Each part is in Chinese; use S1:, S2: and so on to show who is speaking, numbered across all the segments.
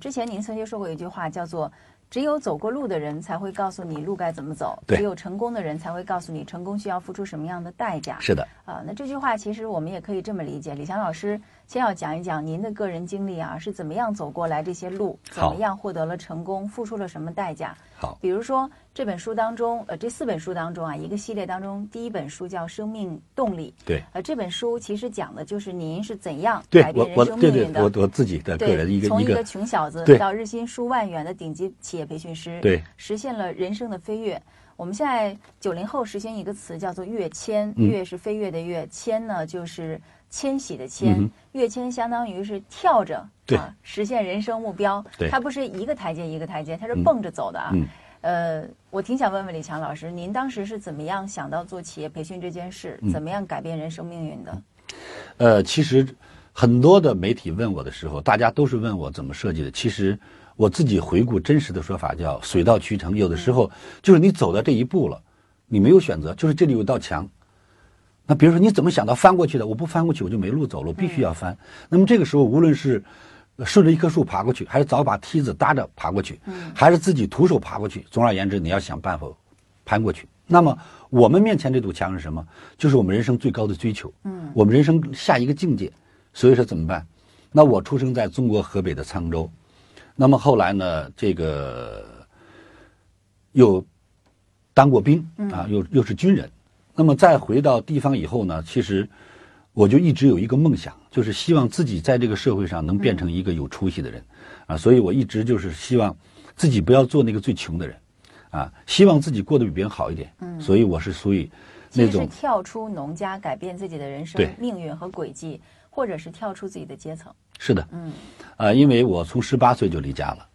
S1: 之前您曾经说过一句话，叫做“只有走过路的人才会告诉你路该怎么走，
S2: 对
S1: 只有成功的人才会告诉你成功需要付出什么样的代价”。
S2: 是的，
S1: 啊，那这句话其实我们也可以这么理解。李强老师先要讲一讲您的个人经历啊，是怎么样走过来这些路，怎
S2: 好
S1: 么样获得了成功，付出了什么代价？
S2: 好，
S1: 比如说这本书当中，呃，这四本书当中啊，一个系列当中，第一本书叫《生命动力》，
S2: 对，
S1: 呃，这本书其实讲的就是您是怎样
S2: 对
S1: 改
S2: 我
S1: 变
S2: 我
S1: 人生
S2: 对
S1: 命
S2: 对
S1: 运的。
S2: 我我自己的个
S1: 对，
S2: 人一个
S1: 从
S2: 一
S1: 一
S2: 个
S1: 穷小子
S2: 对
S1: 到日薪数万元的顶级企业培训师，
S2: 对，
S1: 实现了人生的飞跃。我们现在九零后实行一个词叫做“跃迁”，
S2: 嗯
S1: 跃是飞跃的跃，迁呢就是迁徙的迁。
S2: 嗯
S1: 跃迁相当于是跳着，
S2: 对
S1: 啊，实现人生目标。
S2: 对
S1: 它不是一个台阶一个台阶，它是
S2: 嗯
S1: 蹦着走的啊。
S2: 嗯
S1: 呃，我挺想问问李强老师，您当时是怎么样想到做企业培训这件事，
S2: 嗯
S1: 怎么样改变人生命运的？
S2: 呃，其实很多的媒体问我的时候，大家都是问我怎么设计的。其实我自己回顾真实的说法叫水到渠成，有的时
S1: 嗯
S2: 候就是你走到这一步了，你没有选择，就是这里有一道墙。那比如说你怎么想到翻过去的？我不翻过去我就没路走了，我必
S1: 嗯
S2: 须要翻。那么这个时候，无论是呃顺着一棵树爬过去，还是找把梯子搭着爬过去，
S1: 嗯
S2: 还是自己徒手爬过去，总而言之，你要想办法攀过去。那么我们面前这堵墙是什么？就是我们人生最高的追求，嗯，我们人生下一个境界。所以说怎么办？那我出生在中国河北的沧州，那么后来呢，这个又当过兵
S1: 嗯
S2: 啊，又又是军人。那么再回到地方以后呢，其实我就一直有一个梦想，就是希望自己在这个社会上能变
S1: 嗯
S2: 成一个有出息的人，啊，所以我一直就是希望自己不要做那个最穷的人，啊，希望自己过得比别人好一点。嗯，所以我是属于
S1: 其
S2: 那
S1: 实是
S2: 种
S1: 跳出农家，改变自己的人生
S2: 对
S1: 命运和轨迹，或者是跳出自己的阶层。
S2: 是的，
S1: 嗯，
S2: 啊，因为我从十八岁就离家了，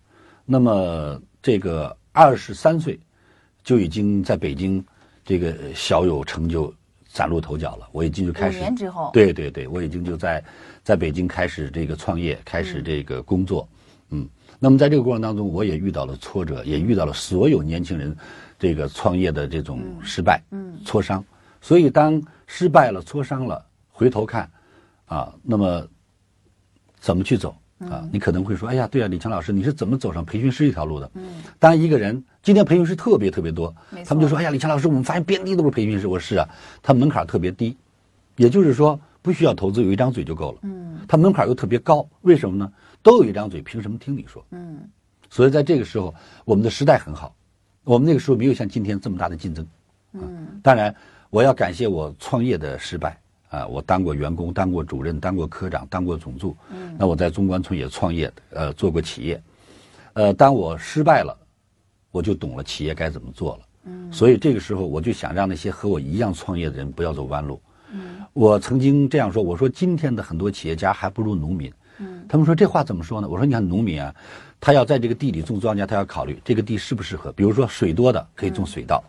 S2: 那么这个二十三岁就已经在北京这个呃小有成就，崭露头角了。我已经就
S1: 五
S2: 开始
S1: 年之后，
S2: 对对对，我已经就在在北京开始这个创业，开始这个工作，嗯。那么在这个过程当中，我也遇到了挫折，也遇到了所有年轻人这个创业的这种失败、嗯、挫伤。所以当失败了、挫伤了，回头看，啊，那么怎么去走啊？你可能会说，哎呀，对啊，李强老师，你是怎么走上培训师这条路的？嗯，当一个人今天培训师特别特别多
S1: 没，
S2: 他们就
S1: 错
S2: 说，哎呀，李强老师，我们发现遍地都是培训师。我说是啊，他门槛特别低，也就是说不需要投资，有一张嘴就够了。嗯，他门槛又特别高，为什么呢？都有一张嘴，凭什么听你说？嗯，所以在这个时候，我们的时代很好，我们那个时候没有像今天这么大的竞争。嗯，当然，我要感谢我创业的失败啊！我当过员工，当过主任，当过科长，当过总助。嗯，那我在中关村也创业，呃，做过企业。呃，当我失败了，我就懂了企业该怎么做了。嗯，所以这个时候我就想让那些和我一样创业的人不要走弯路。嗯，我曾经这样说，我说今天的很多企业家还不如农民。嗯，他们说这话怎么说呢？我说你看农民啊，他要在这个地里种庄稼，他要考虑这个地适不适合。比如说水多的可以种水稻，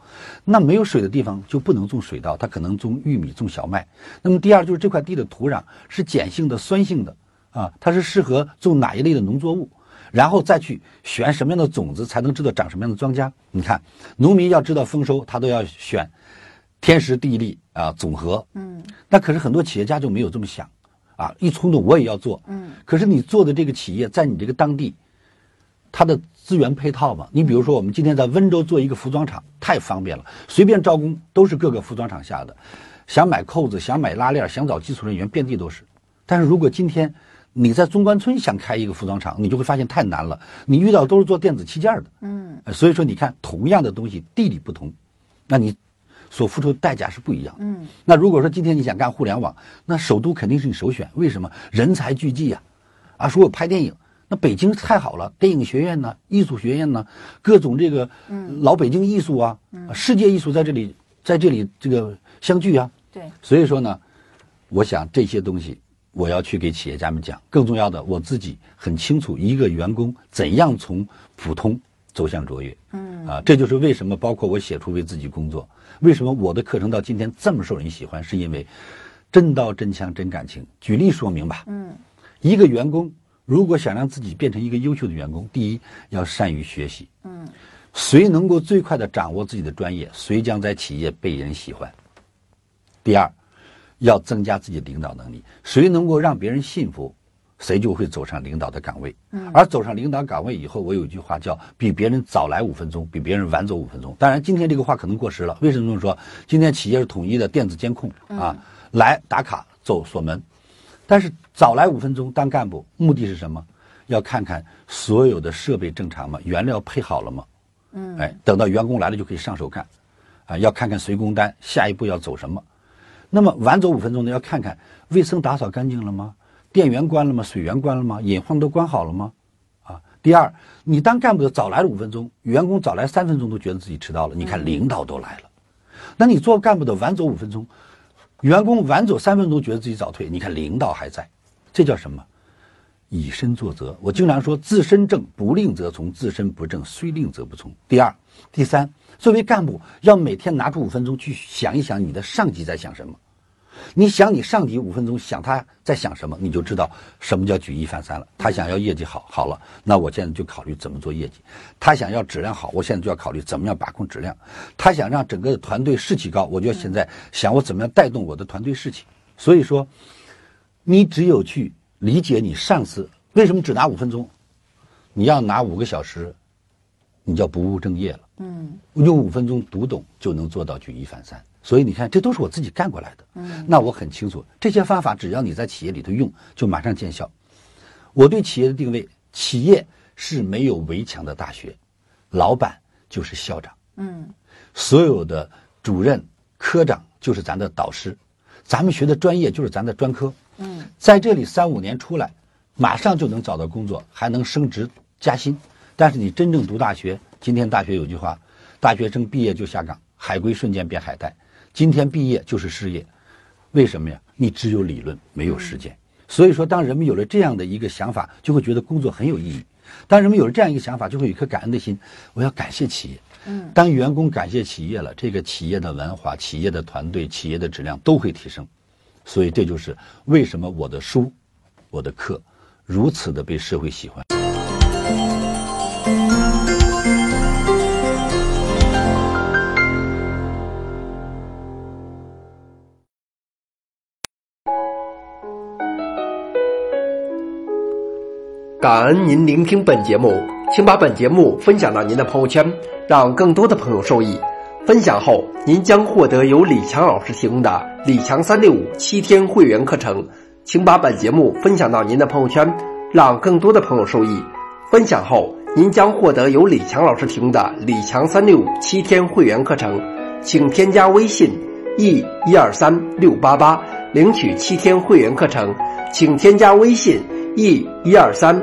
S2: 那没有水的地方就不能种水稻，它可能种玉米、种小麦。那么第二就是这块地的土壤是碱性的、酸性的啊，它是适合种哪一类的农作物，然后再去选什么样的种子才能知道长什么样的庄稼。你看，农民要知道丰收，他都要选天时地利啊总和。嗯，那可是很多企业家就没有这么想啊，一冲动我也要做。嗯，可是你做的这个企业在你这个当地。它的资源配套嘛。你比如说，我们今天在温州做一个服装厂，太方便了，随便招工都是各个服装厂下的，想买扣子、想买拉链、想找技术人员，遍地都是。但是如果今天你在中关村想开一个服装厂，你就会发现太难了，你遇到都是做电子器件的。嗯，所以说你看，同样的东西地理不同，那你。所付出的代价是不一样的。嗯，那如果说今天你想干互联网，那首都肯定是你首选。为什么？人才济济呀、啊，说我拍电影，那北京太好了，电影学院呢，艺术学院呢，各种这个老北京艺术啊，世界艺术在这里，在这里这个相聚啊。
S1: 对，
S2: 所以说呢，我想这些东西我要去给企业家们讲。更重要的，我自己很清楚一个员工怎样从普通走向卓越。嗯，啊，这就是为什么包括我写出为自己工作，为什么我的课程到今天这么受人喜欢，是因为真刀真枪真感情。举例说明吧。嗯，一个员工如果想让自己变成一个优秀的员工，第一要善于学习。嗯。谁能够最快地掌握自己的专业，谁将在企业被人喜欢。第二，要增加自己的领导能力。谁能够让别人信服，谁就会走上领导的岗位。而走上领导岗位以后，我有一句话叫“比别人早来五分钟，比别人晚走五分钟”。当然，今天这个话可能过时了。为什么这么说？今天企业是统一的电子监控啊，来打卡走锁门。但是早来五分钟当干部，目的是什么？要看看所有的设备正常吗？原料配好了吗？嗯，哎，等到员工来了就可以上手干，啊，要看看随工单下一步要走什么。那么晚走五分钟呢，要看看卫生打扫干净了吗？电源关了吗？水源关了吗？隐患都关好了吗？啊，第二，你当干部的早来了五分钟，员工早来三分钟都觉得自己迟到了。你看领导都来了，那你做干部的晚走五分钟，员工晚走三分钟觉得自己早退，你看领导还在，这叫什么？以身作则。我经常说，自身正，不令则从；自身不正，虽令则不从。第二、第三，作为干部，要每天拿出五分钟去想一想你的上级在想什么。你想你上级五分钟想他在想什么，你就知道什么叫举一反三了。他想要业绩好，好了，那我现在就考虑怎么做业绩；他想要质量好，我现在就要考虑怎么样把控质量；他想让整个团队士气高，我就现在想我怎么样带动我的团队士气。所以说，你只有去理解你上司为什么只拿五分钟，你要拿五个小时，你叫不务正业了。
S1: 嗯，
S2: 用五分钟读懂就能做到举一反三。所以你看，这都是我自己干过来的。嗯，那我很清楚，这些方法只要你在企业里头用，就马上见效。我对企业的定位，企业是没有围墙的大学，老板就是校长，
S1: 嗯，
S2: 所有的主任、科长就是咱的导师，咱们学的专业就是咱的专科。
S1: 嗯，
S2: 在这里三五年出来，马上就能找到工作，还能升职加薪。但是你真正读大学，今天大学有句话：大学生毕业就下岗，海归瞬间变海带。今天毕业就是失业，为什么呀？你只有理论，没有实践。所以说，当人们有了这样的一个想法，就会觉得工作很有意义。当人们有了这样一个想法，就会有一颗感恩的心，我要感谢企业。
S1: 嗯，
S2: 当员工感谢企业了，这个企业的文化、企业的团队、企业的质量都会提升。所以这就是为什么我的书、我的课如此的被社会喜欢。
S3: 感恩您聆听本节目，请把本节目分享到您的朋友圈，让更多的朋友受益。分享后，您将获得由李强老师提供的李强三六五七天会员课程。请把本节目分享到您的朋友圈，让更多的朋友受益。分享后，您将获得由李强老师提供的李强三六五七天会员课程。请添加微信 e 一二三六八八领取七天会员课程。请添加微信 e 一二三